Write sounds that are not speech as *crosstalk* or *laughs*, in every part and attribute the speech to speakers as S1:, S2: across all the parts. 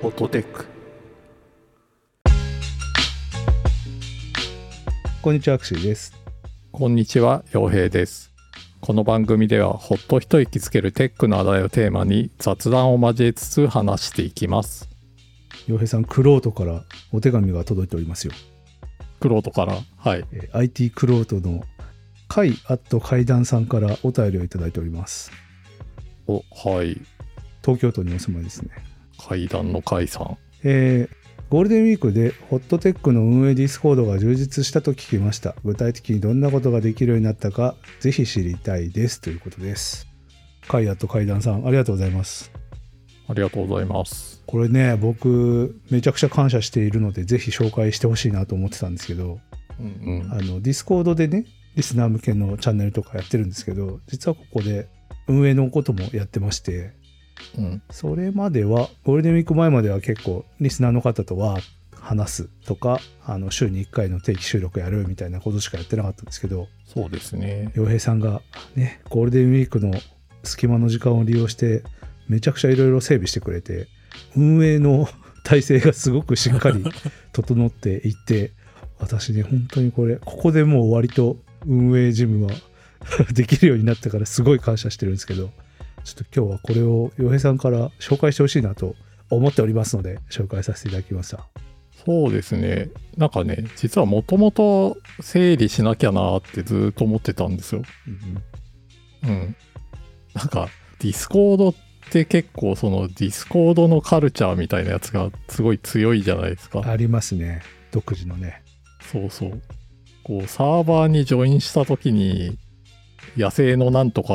S1: フォトテック
S2: こんにちは、アクシーです。
S1: こんにちは陽平ですこの番組ではほっと一息つけるテックの話題をテーマに雑談を交えつつ話していきます
S2: 洋平さん、クロートからお手紙が届いておりますよ。
S1: クロートからはい
S2: えー IT クロートの会アット階段さんからお便りをいただいております。
S1: おはい
S2: 東京都にお住まいですね。
S1: 階段の階さん
S2: えーゴールデンウィークでホットテックの運営ディスコードが充実したと聞きました。具体的にどんなことができるようになったか、ぜひ知りたいです。ということです。会アット階段さん、ありがとうございます。
S1: ありがとうございます
S2: これね、僕、めちゃくちゃ感謝しているので、ぜひ紹介してほしいなと思ってたんですけど、
S1: うんうん
S2: あの、ディスコードでね、リスナー向けのチャンネルとかやってるんですけど、実はここで運営のこともやってまして、
S1: うん
S2: それまでは、ゴールデンウィーク前までは結構、リスナーの方とは話すとか、あの、週に1回の定期収録やるみたいなことしかやってなかったんですけど、
S1: そうですね
S2: 洋平さんがね、ゴールデンウィークの隙間の時間を利用して、めちゃくちゃいろいろ整備してくれて、運営の体制がすごくしっかり
S1: *laughs*
S2: 整っていって、私ね、本当にこれ、ここでもう割と運営事務は *laughs* できるようになったからすごい感謝してるんですけど、ちょっと今日はこれを洋平さんから紹介してほしいなと思っておりますので、紹介させていただきました。
S1: そうですねなんかね実はもともと整理しなきゃなーってずーっと思ってたんですようん。なんか、ディスコードって結構そのディスコードのカルチャーみたいなやつがすごい強いじゃないですか。
S2: ありますね、独自のね。
S1: そうそう。こう、サーバーにジョインした時に、野生のなんとか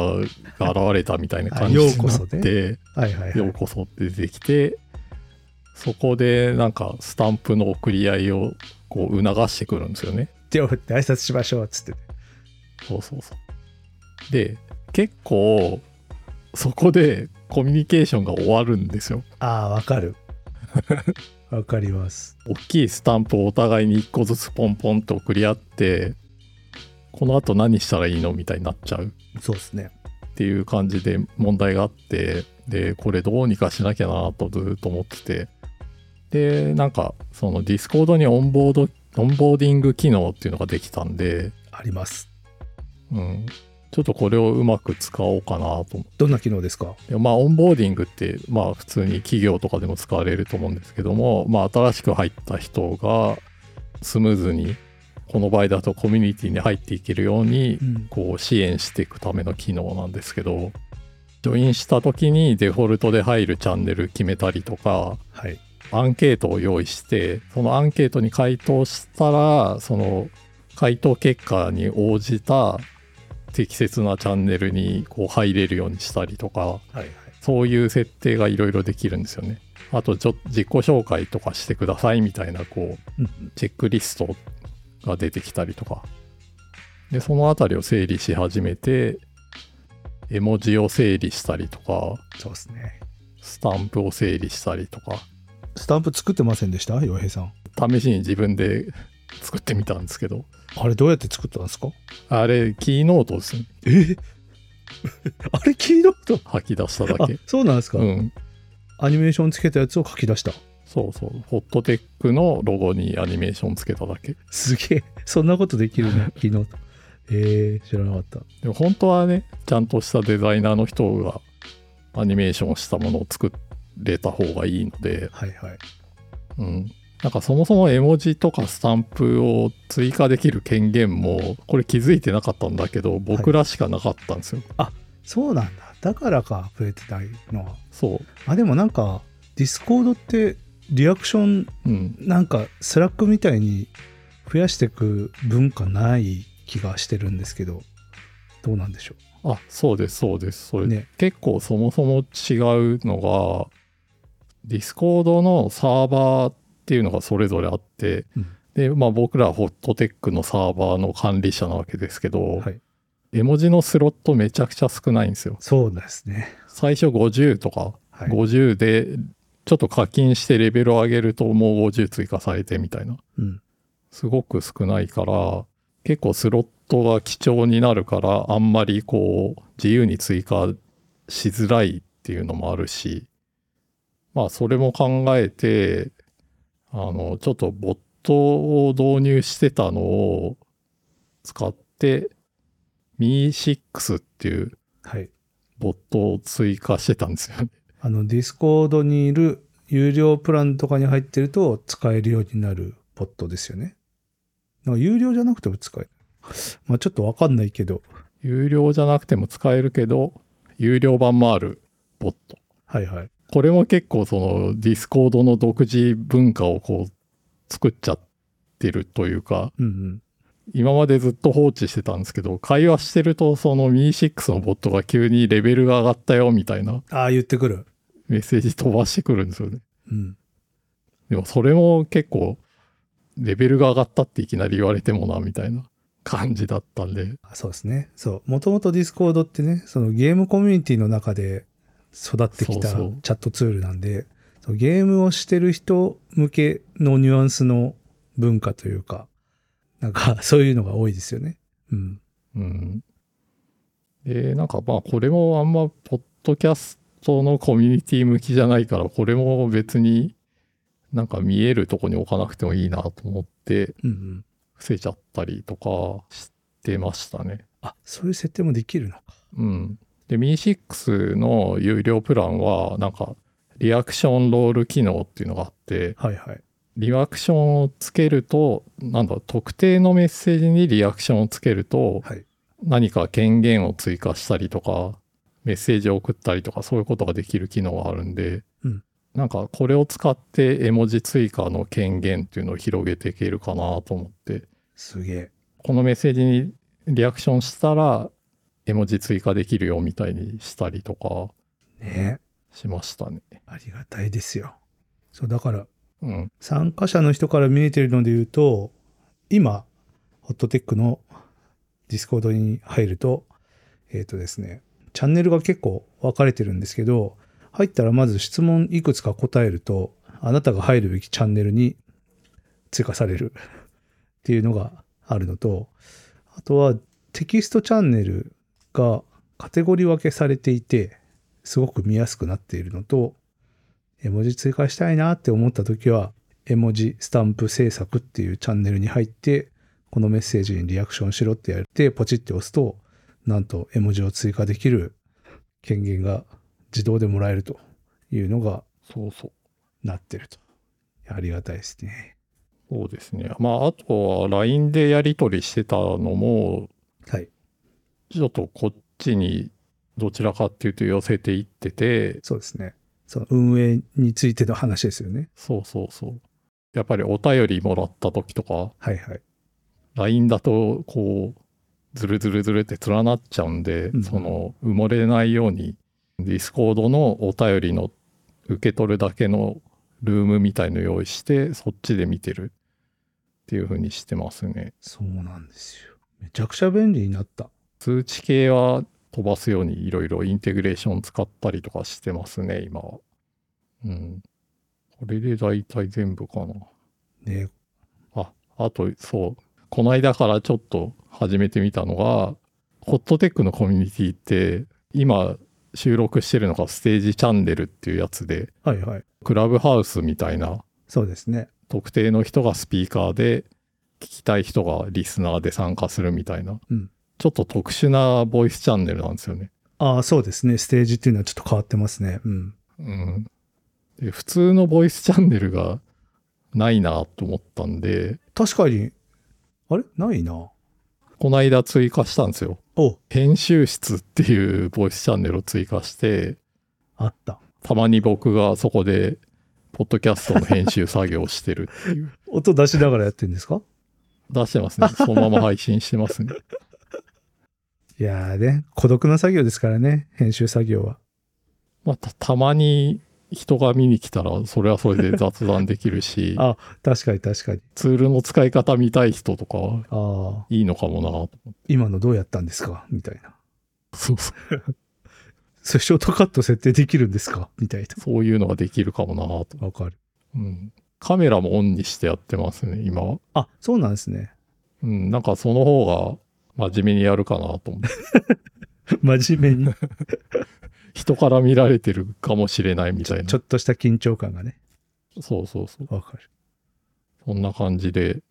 S1: が現れたみたいな感じ
S2: あ
S1: に
S2: ようこ
S1: な
S2: そ
S1: っ
S2: ね
S1: て、
S2: はいはい、は
S1: *laughs*
S2: い。
S1: ようこそって出てきて、そこでなんかスタンプの送り合いをこう促してくるんですよね。
S2: 手を振って挨拶しましょうっつって。
S1: そうそうそう。で、結構、そこでコミュニケーションが終わるんですよ。
S2: ああ、わか *laughs* る。わかります。
S1: 大きいスタンプをお互いに1個ずつポンポンと送り合って、この後何したらいいのみたいになっちゃうっ
S2: そうですね。
S1: ていう感じで問題があって、で、これどうにかしなきゃなとずっと思ってて、で、なんか、そのディスコードにオンボード、オンボーディング機能っていうのができたんで、
S2: あります。
S1: うん、ちょっとこれをうまく使おうかなと思って
S2: どんな機能ですか
S1: でまあ、オンボーディングって、まあ、普通に企業とかでも使われると思うんですけども、まあ、新しく入った人がスムーズにこの場合だとコミュニティに入っていけるように
S2: うん。
S1: こう支援していくための機能なんですけどジョインした時にデフォルトで入るチャンネル決めたりとか
S2: はい。
S1: アンケートを用意してそのアンケートに回答したらその回答結果に応じた適切なチャンネルにこう入れるようにしたりとか。
S2: はいはい。
S1: そういう設定がいろいろできるんですよね。あと、ちょ自己紹介とかしてくださいみたいな、こう、
S2: うん
S1: チェックリストが出てきたりとか。で、そのあたりを整理し始めて、絵文字を整理したりとか、
S2: そうですね。
S1: スタンプを整理したりとか、
S2: スタンプ作ってませんでした洋平さん。
S1: 試しに自分で作ってみたんですけど、
S2: あれどうやって作ったんですか
S1: あれ、キーノートですね。
S2: え *laughs* あれ聞いたこと
S1: 吐き出しただ
S2: あ
S1: け。、
S2: *laughs* そうなんですか、
S1: うん。
S2: アニメーションつけたやつを書き出した。
S1: そうそう。ホットテックのロゴにアニメーションつけただけ。
S2: すげえ。そんなことできる *laughs* ね、昨日。えー、知らなかった。
S1: でも本当はねちゃんとしたデザイナーの人がアニメーションしたものを作れた方がいいので、
S2: はいはい。
S1: うん、なんかそもそも絵文字とかスタンプを追加できる権限もこれ気づいてなかったんだけど僕らしかなかったんですよ、
S2: そうなんだ。だからか、増えてないのは。
S1: そ
S2: あ、でもなんか、ディスコードってリアクション
S1: ううん
S2: なんかスラックみたいに増やしていく文化ない気がしてるんですけどどうなんでしょ
S1: あそうですそうですそうれ、
S2: ね
S1: 結構そもそも違うのがディスコードのサーバーっていうのがそれぞれあって、
S2: うん
S1: でまあ僕らはホットテックのサーバーの管理者なわけですけど、
S2: はい
S1: 絵文字のスロットめちゃくちゃ少ないんですよ。
S2: そうですね
S1: 最初50とか、
S2: はい
S1: 50でちょっと課金してレベルを上げるともう50追加されてみたいな。
S2: うん
S1: すごく少ないから、結構スロットが貴重になるから、あんまりこう、自由に追加しづらいっていうのもあるし、まあそれも考えて、あの、ちょっとボットを導入してたのを使って、Me6 っていう
S2: はい。
S1: ボットを追加してたんですよね。
S2: あの、ディスコードにいる有料プランとかに入ってると使えるようになるポットですよね。なんか有料じゃなくても使える。まあちょっとわかんないけど、
S1: 有料じゃなくても使えるけど、有料版もあるボット。
S2: はいはい。
S1: これも結構そのディスコードの独自文化をこう作っちゃってるというか、
S2: うんうん。
S1: 今までずっと放置してたんですけど、会話してるとその Me6 のボットが急にレベルが上がったよみたいな
S2: ああ、言ってくる。
S1: メッセージ飛ばしてくるんですよね。
S2: うん。
S1: でもそれも結構レベルが上がったっていきなり言われてもなみたいな感じだったんで、
S2: あそうですね。そう。もともとディスコードってね、そのゲームコミュニティの中で育ってきたチ
S1: そうそう
S2: ャットツールなんで、そうゲームをしてる人向けのニュアンスの文化というか、なんか *laughs* そういうのが多いですよね。うん。
S1: うん。で、なんかまあこれもあんまポッドキャストのコミュニティ向きじゃないから、これも別になんか見えるとこに置かなくてもいいなと思って
S2: うんうん。
S1: 伏せちゃったりとかしてましたね。
S2: あ、そういう設定もできるのか。
S1: うん。で、Me6 の有料プランは、なんか、リアクションロール機能っていうのがあって、
S2: はいはい。
S1: リアクションをつけると、なんだ、特定のメッセージにリアクションをつけると、
S2: はい
S1: 何か権限を追加したりとか、メッセージを送ったりとか、そういうことができる機能があるんで、
S2: うん
S1: なんか、これを使って絵文字追加の権限っていうのを広げていけるかなと思って、
S2: すげえ。
S1: このメッセージにリアクションしたら、絵文字追加できるよみたいにしたりとか
S2: ね
S1: しましたね。
S2: ありがたいですよ。そう、だから、
S1: うん。
S2: 参加者の人から見えてるので言うと、今、ホットテックのディスコードに入ると、えっ、とですね、チャンネルが結構分かれてるんですけど、入ったらまず質問いくつか答えると、あなたが入るべきチャンネルに追加される *laughs* っていうのがあるのと、あとはテキストチャンネルがカテゴリー分けされていて、すごく見やすくなっているのと、絵文字追加したいなって思った時は、絵文字スタンプ制作っていうチャンネルに入って、このメッセージにリアクションしろってやって、ポチって押すと、なんと絵文字を追加できる権限が自動でもらえるというのが
S1: そうそう。
S2: なってると。いやありがたいですね。
S1: そうですね。まあ、あとは LINE でやり取りしてたのも、
S2: はい。
S1: ちょっとこっちにどちらかっていうと寄せていってて、
S2: そうですね。その運営についての話ですよね。
S1: そうそうそう。やっぱりお便りもらった時とか、
S2: はいはい。
S1: LINE だとこう、ずるずるずるって連なっちゃうんで、
S2: うん
S1: その埋もれないように、ディスコードのお便りの受け取るだけのルームみたいの用意して、そっちで見てるっていう風にしてますね。
S2: そうなんですよ。めちゃくちゃ便利になった。
S1: 通知系は飛ばすようにいろいろインテグレーション使ったりとかしてますね、今は。うん。これで大体全部かな。
S2: ね
S1: あ、あと、そう。この間からちょっと始めてみたのが、ホットテックのコミュニティって、今収録してるのがステージチャンネルっていうやつで、
S2: はいはい。
S1: クラブハウスみたいな
S2: そうですね。
S1: 特定の人がスピーカーで聞きたい人がリスナーで参加するみたいな、
S2: うん
S1: ちょっと特殊なボイスチャンネルなんですよね。
S2: ああ、そうですね。ステージっていうのはちょっと変わってますね。うん。
S1: うん、で普通のボイスチャンネルがないなと思ったんで
S2: 確かに、あれないな。
S1: この間追加したんですよ。
S2: お
S1: 編集室っていうボイスチャンネルを追加して
S2: あった。
S1: たまに僕がそこでポッドキャストの編集作業をしてる *laughs* っていう
S2: 音出しながらやってるんですか
S1: 出してますねそのまま配信してますね。 *laughs*
S2: いやーね、孤独な作業ですからね、編集作業は。
S1: まあたたまに人が見に来たらそれはそれで雑談できるし *laughs*
S2: あ確かに確かに。
S1: ツールの使い方見たい人とか
S2: ああ、
S1: いいのかもなと *laughs*
S2: 今のどうやったんですかみたいな。
S1: そうそう
S2: それショートカット設定できるんですかみたい
S1: そういうのができるかもなと。
S2: な。わかる。
S1: うん。カメラもオンにしてやってますね、今は。
S2: あ、そうなんですね。 *laughs*
S1: うん、なんかその方が真面目にやるかなと思って。
S2: 真面目に。
S1: 人から見られてるかもしれない *laughs* みたい
S2: ちょ
S1: な
S2: っとした緊張感がね。
S1: そうそうそう
S2: わかる。
S1: そんな感じで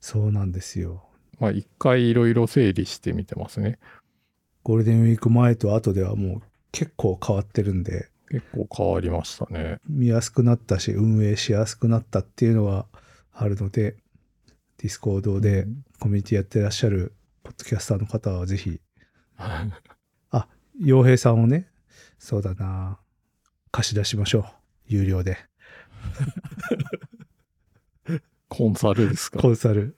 S2: そうなんですよ。
S1: まあ一回いろいろ整理してみてますね
S2: ゴールデンウィーク前と後ではもう結構変わってるんで、
S1: 結構変わりましたね
S2: 見やすくなったし、運営しやすくなったっていうのはあるので、ディスコードでコミュニティやってらっしゃるポッドキャスターの方はぜひ、洋平さんをね、そうだな貸し出しましょう。有料で。
S1: *laughs* コンサルですか
S2: コンサル。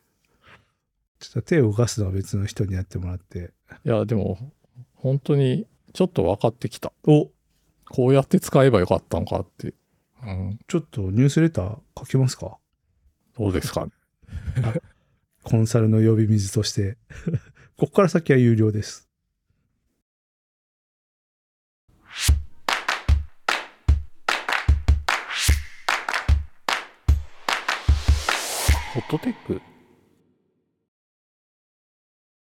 S2: ちょっと手を動かすのは別の人にやってもらって。
S1: いやでも本当にちょっと分かってきた
S2: お
S1: こうやって使えばよかったのかってうん
S2: ちょっとニュースレター書きますか
S1: どうですかね
S2: コンサルの呼び水として。 *laughs* ここから先は有料です。
S1: ホットテック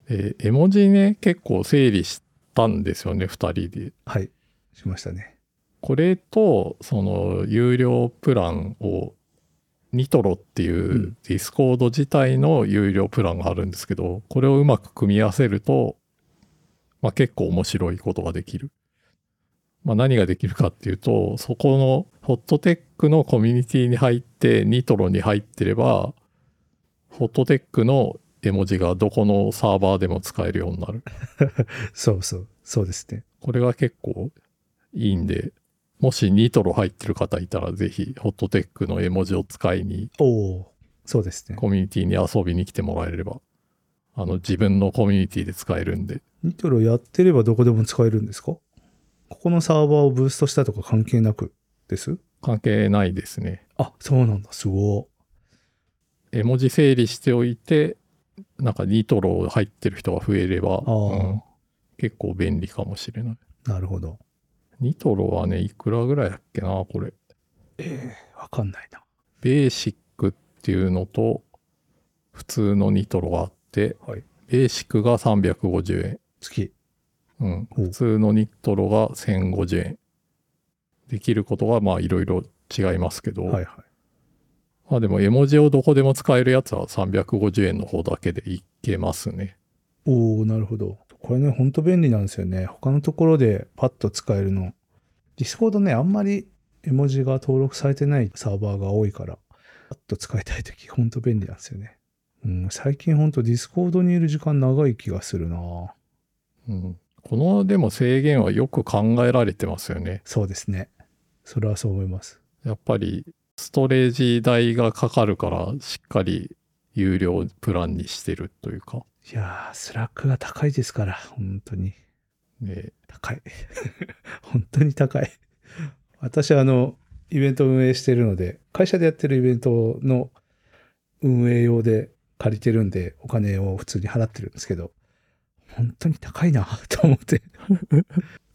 S1: えー絵文字ね結構整理したんですよね2人で
S2: はい。しましたね。
S1: これとその有料プランをニトロっていううんディスコード自体の有料プランがあるんですけどこれをうまく組み合わせると、まあ、結構面白いことができる。まあ、何ができるかっていうとそこのホットテックのコミュニティに入ってニトロに入ってればホットテックの絵文字がどこのサーバーでも使えるようになる。
S2: そうそう。そうですね。
S1: これが結構いいんで、もしニトロ入ってる方いたら、ぜひ、ホットテックの絵文字を使いに、
S2: おお。そうですね。
S1: コミュニティに遊びに来てもらえれば、あの、自分のコミュニティで使えるんで、
S2: ニトロやってればどこでも使えるんですかここのサーバーをブーストしたとか関係なくです
S1: 関係ないですね。
S2: あ、そうなんだ。すご
S1: 絵文字整理しておいて、なんかニトロ入ってる人が増えれば、
S2: あー
S1: うん結構便利かもしれない。
S2: い。なるほど。
S1: ニトロはね、いくらぐらいだっけな、これ。
S2: ええわかんないな。
S1: ベーシックっていうのと、普通のニトロがあって、
S2: はい。
S1: ベーシックが350円。
S2: 月。
S1: うん、
S2: お
S1: 普通のニットロが1050円。できることがまあいろいろ違いますけど、
S2: はいはい。
S1: まあでも絵文字をどこでも使えるやつは350円の方だけでいけますね。
S2: おおなるほど。これね、ほんと便利なんですよね。他のところでパッと使えるの。ディスコードね、あんまり絵文字が登録されてないサーバーが多いから、パッと使いたいとき、ほんと便利なんですよね。うん、最近ほんとディスコードにいる時間長い気がするな
S1: うん、このでも制限はよく考えられてますよね。
S2: そうですね。それはそう思います。
S1: やっぱりストレージ代がかかるからしっかり有料プランにしてるというか、
S2: いやー、スラックが高いですから、本当に。
S1: ね、
S2: 高い。 *laughs* 本当に高い。私、あの、イベントを運営してるので、会社でやってるイベントの運営用で借りてるんで、お金を普通に払ってるんですけど、本当に高いな *laughs* と思って。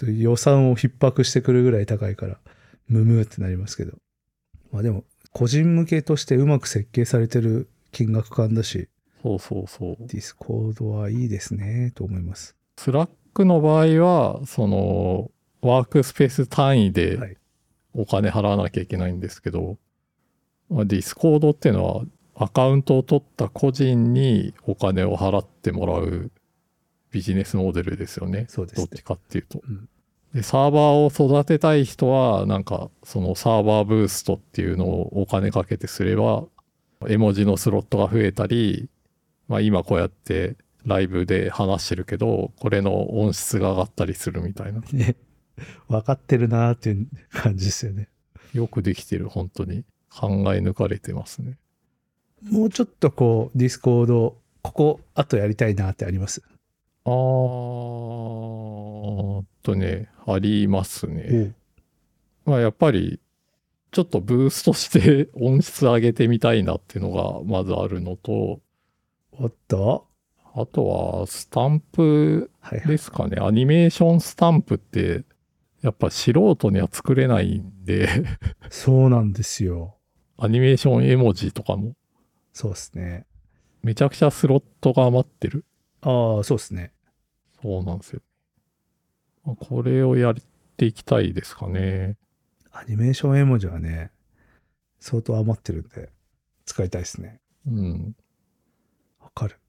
S2: 予算を逼迫してくるぐらい高いから、ムムーってなりますけど。まあでも、個人向けとしてうまく設計されてる金額感だし、
S1: そうそうそう。
S2: ディスコードはいいですね、と思います。
S1: スラックの場合は、その、ワークスペース単位
S2: は
S1: で
S2: い
S1: お金払わなきゃいけないんですけど、まあディスコードっていうのは、アカウントを取った個人にお金を払ってもらうビジネスモデルですよね。
S2: そうで
S1: ど
S2: す
S1: っ
S2: ね
S1: ち。かっていうと。
S2: うん
S1: で、サーバーを育てたい人は、なんか、そのサーバーブーストっていうのをお金かけてすれば、絵文字のスロットが増えたり、まあ今こうやってライブで話してるけど、これの音質が上がったりするみたいな。
S2: ね、分かってるなーっていう感じですよね。
S1: よくできてる、本当に。考え抜かれてますね。
S2: もうちょっとこう、ディスコード、ここ、あとやりたいなってあります。
S1: あーっとね、ありますね。まあやっぱり、ちょっとブーストして *laughs* 音質上げてみたいなっていうのがまずあるのと、
S2: おっと
S1: あとはスタンプ
S2: はいはい。
S1: ですかね。アニメーションスタンプって、やっぱ素人には作れないんで、 *laughs*
S2: そうなんですよ。
S1: アニメーション絵文字とかも、
S2: そうですね。
S1: めちゃくちゃスロットが余ってる。
S2: ああ、そうですね。
S1: そうなんですよ。これをやっっていきたいですかね。
S2: アニメーション絵文字はね、相当余ってるんで、使いたいですね。
S1: うん。
S2: わかる。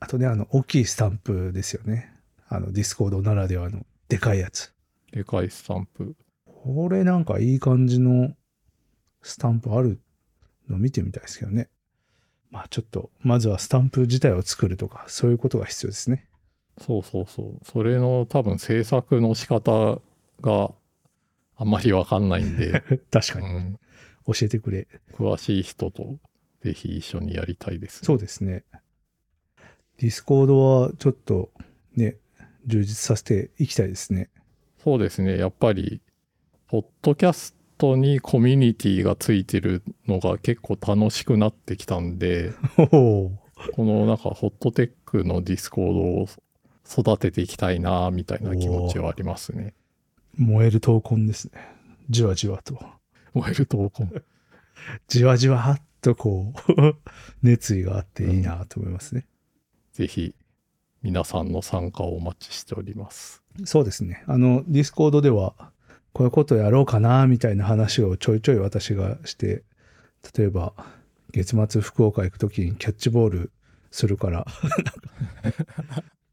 S2: あとね、あの、大きいスタンプですよね。あの、ディスコードならではの、でかいやつ。
S1: でかいスタンプ。
S2: これなんかいい感じのスタンプあるの見てみたいですけどね。まあちょっと、まずはスタンプ自体を作るとか、そういうことが必要ですね。
S1: そうそうそう。それの多分制作の仕方があんまりわかんないん
S2: *laughs*
S1: で、
S2: 確か
S1: う
S2: に。
S1: ん、
S2: 教えてくれ。
S1: 詳しい人とぜひ一緒にやりたいです、
S2: そうですね。ディスコードはちょっとね、充実させていきたいですね。
S1: そうですね。やっぱり、ポッドキャストにコミュニティがついてるのが結構楽しくなってきたん
S2: *laughs*
S1: で、
S2: おお。
S1: このなんかホットテックのディスコードを育てていきたいなみたいな気持ちはありますね。
S2: 燃える闘魂ですね。じわじわと。
S1: 燃える闘魂。
S2: じわじわっとこう、 *laughs* 熱意があっていいなと思いますね。
S1: ぜひ皆さんの参加をお待ちしております。
S2: そうですね。あの、ディスコードでは、こういうことやろうかな、みたいな話をちょいちょい私がして、例えば、月末福岡行くときにキャッチボールするから、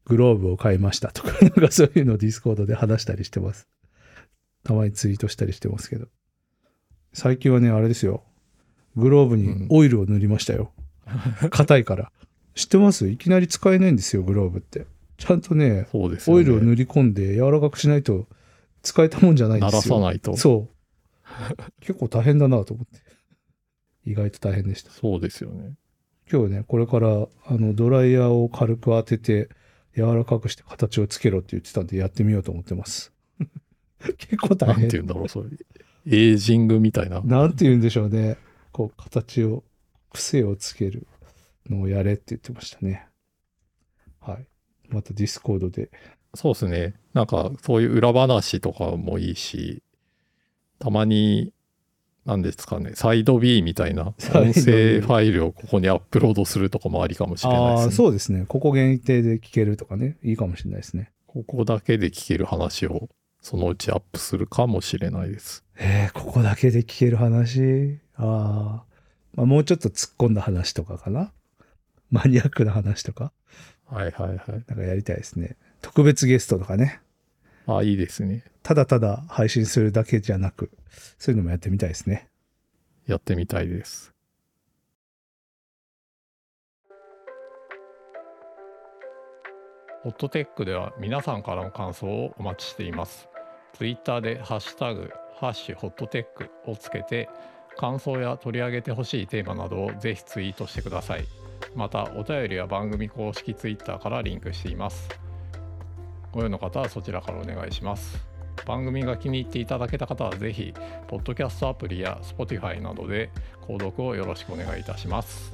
S2: グローブを買いましたとか、 *laughs* なんかそういうのをディスコードで話したりしてます。たまにツイートしたりしてますけど。最近はね、あれですよ。グローブにオイルを塗りましたよ。硬いから。知ってますいきなり使えないんですよ、グローブって。ちゃんとね、
S1: そうですよ
S2: オ
S1: ね。
S2: イルを塗り込んで柔らかくしないと使えたもんじゃないん
S1: 鳴
S2: で
S1: ら
S2: す
S1: さ
S2: よ。
S1: ないと。そ
S2: そう。結構大変だなと思って。意外と大変でした。
S1: うですよね。
S2: 今日ね、これからあのドライヤーを軽く当てて柔らかくして形をつけろって言ってたんでやってみようと思ってます。 *laughs* 結構大
S1: なん
S2: 変
S1: て。言うんだろう、それ。エイジングみたいな。
S2: なんて言うんでしょうね。こう、形を、癖をつけるのをやれって言ってましたね。はい。またディスコードで。
S1: そうですね。なんか、そういう裏話とかもいいし、たまに、なんですかね、サイド B みたいな音
S2: サイド B
S1: 声ファイルをここにアップロードするとかもありかもしれないで
S2: あ
S1: す
S2: あ、
S1: ね。
S2: そうですね。ここ限定で聞けるとかね。いいかもしれないですね。
S1: ここだけで聞ける話を、そのうちアップするかもしれないです。
S2: えーここだけで聞ける話ああ。まあ、もうちょっと突っ込んだ話とかかなマニアックな話とか
S1: はいはいはい。
S2: なんかやりたいですね。特別ゲストとかね。
S1: ああ、いいですね。
S2: ただただ配信するだけじゃなく、そういうのもやってみたいですね。
S1: やってみたいです。ホットテックでは皆さんからの感想をお待ちしています。ツイッターでハッシュタグハッシュホットテックをつけて感想や取り上げてほしいテーマなどをぜひツイートしてください。またお便りは番組公式ツイッターからリンクしています。ご用の方はそちらからお願いします。番組が気に入っていただけた方はぜひポッドキャストアプリや Spotify などで購読をよろしくお願いいたします。